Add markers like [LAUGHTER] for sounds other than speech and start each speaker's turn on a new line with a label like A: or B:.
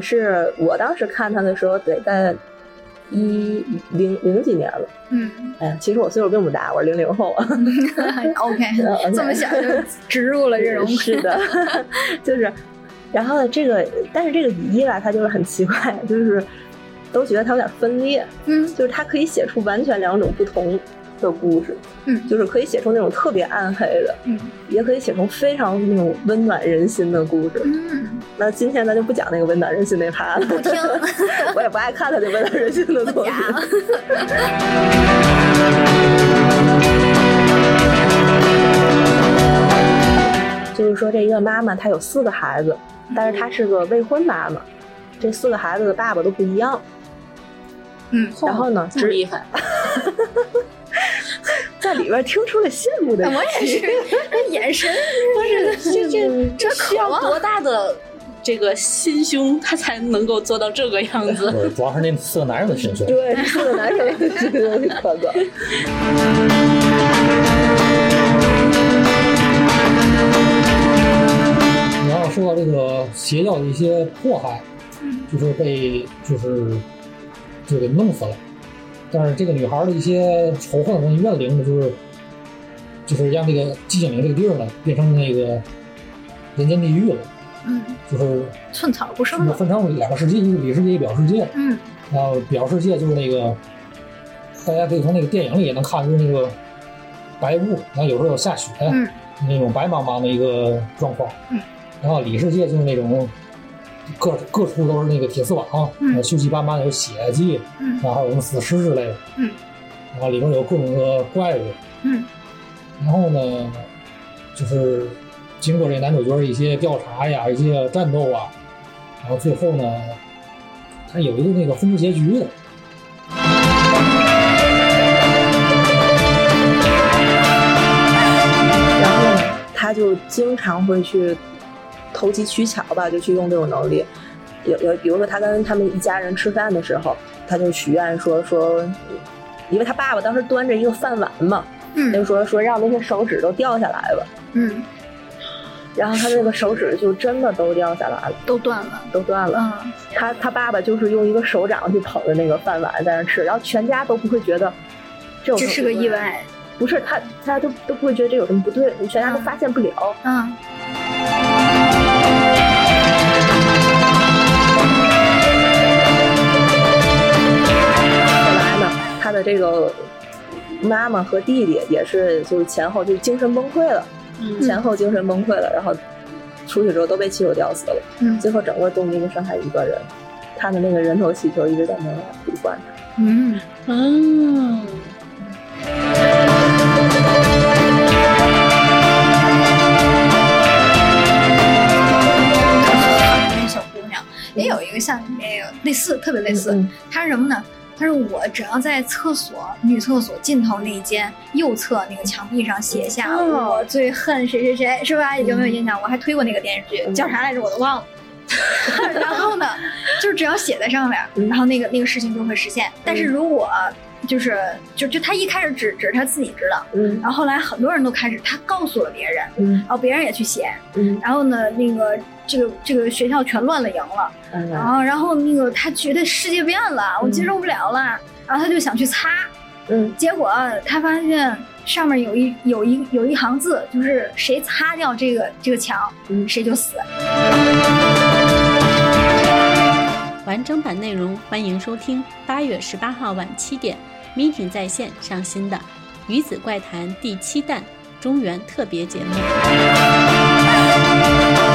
A: 是我当时看他的时候，得在一零零几年了。
B: 嗯
A: 哎呀，其实我岁数并不大，我是零零后
B: [LAUGHS]
A: 啊。
B: ，OK，这么小就植入了这
A: [LAUGHS]
B: 种
A: 是
B: [LAUGHS]
A: 的，就是，然后呢，这个但是这个乙一吧，他就是很奇怪，就是都觉得他有点分裂，
B: 嗯
A: 就是他可以写出完全两种不同的故事，
B: 嗯
A: 就是可以写出那种特别暗黑的，
B: 嗯
A: 也可以写出非常那种温暖人心的故事。
B: 嗯，
A: 那今天咱就不讲那个温暖人心那趴了，
B: 不听
A: 我也不爱看他那温暖人心的
B: 不
A: 作品
B: 假。。
A: 就是说，这一个妈妈她有四个孩子，但是她是个未婚妈妈，这四个孩子的爸爸都不一样。
B: 嗯，
A: 然后呢，
C: 真
A: 只
C: 厉害，
A: 在里边听出了羡慕的
B: 我也是，这眼神
C: 不是这这
A: 嗯
C: 这需要多大的这个心胸，他才能够做到这个样
D: [LAUGHS]
C: 子？
D: 不是，主要是那四个男人的心胸。
A: 对，四个男生的这个东西可可。
D: 你要说到这个邪教的一些迫害
B: 嗯，
D: 就是被就是就给弄死了，但是这个女孩的一些仇恨和怨灵呢，就是就是让这个寂静岭这个地儿呢变成那个人间地狱了，
B: 嗯，
D: 就是
B: 寸草不生了。
D: 分成两个世界，一个里世界，一个表世界。
B: 嗯
D: 然后表世界就是那个，大家可以从那个电影里也能看，就是那个白雾，然后有时候有下雪，
B: 嗯
D: 那种白茫茫的一个状况。
B: 嗯，
D: 然后里世界就是那种各各处都是那个铁丝网，
B: 嗯
D: 呃锈迹斑斑的有血迹，
B: 嗯
D: 然后还有什么死尸之类的。
B: 嗯，
D: 然后里面有各种的怪物，
B: 嗯
D: 然后呢，就是经过这男主角一些调查呀，一些战斗啊，然后最后呢，他有一个那个分支结局的。
A: 然后呢，他就经常会去投机取巧吧，就去用这种能力。有有，比如说他跟他们一家人吃饭的时候，他就许愿说说，因为他爸爸当时端着一个饭碗嘛，他就
B: 嗯
A: 说说让那些手指都掉下来吧。
B: 嗯，
A: 然后他那个手指就真的都掉下来了，
B: 都断了。
A: 都断了。
B: 嗯
A: 他他爸爸就是用一个手掌去捧着那个饭碗在那吃，然后全家都不会觉得这有
B: 这
A: 什么不
B: 是个
A: 对
B: 意，外。
A: 不是他他都都不会觉得这有什么不对，全家都
B: 嗯
A: 发现不了。
B: 嗯
A: 后来呢，他的这个妈妈和弟弟也是，就是前后就精神崩溃了，
C: 嗯，
A: 前后精神崩溃了，然后出去之后都被气球吊死了。
B: 嗯
A: 最后整个动物就剩下一个人，他的那个人头气球一直在门外不断。
B: 嗯，
C: 嗯，
B: 那小姑娘也有一个像你那个类似，特别类似。
A: 嗯
B: 他是什么呢？他说我只要在厕所女厕所尽头那一间右侧那个墙壁上写下
A: 哦
B: 我最恨谁谁谁，是吧？有没有印象？我还推过那个电视剧，
A: 嗯
B: 叫啥来着？我都忘了。 [LAUGHS] 然后呢，就是只要写在上面，
A: 嗯
B: 然后那个那个事情就会实现。但是如果就是就就他一开始只只是他自己知道，
A: 嗯
B: 然后后来很多人都开始他告诉了别人，
A: 嗯
B: 然后别人也去写，
A: 嗯
B: 然后呢，那个这个这个学校全乱了营了。然
A: 嗯
B: 后，然后那个他觉得世界变了，我接受不了了，然后他就想去擦，
A: 嗯
B: 结果他发现上面有一有一有一行字，就是谁擦掉这个这个墙，
A: 嗯
B: 谁就死。
C: 完整版内容欢迎收听八月十八号晚七点 Meeting 在线上新的《鱼子怪谈》第七弹中原特别节目。
A: 嗯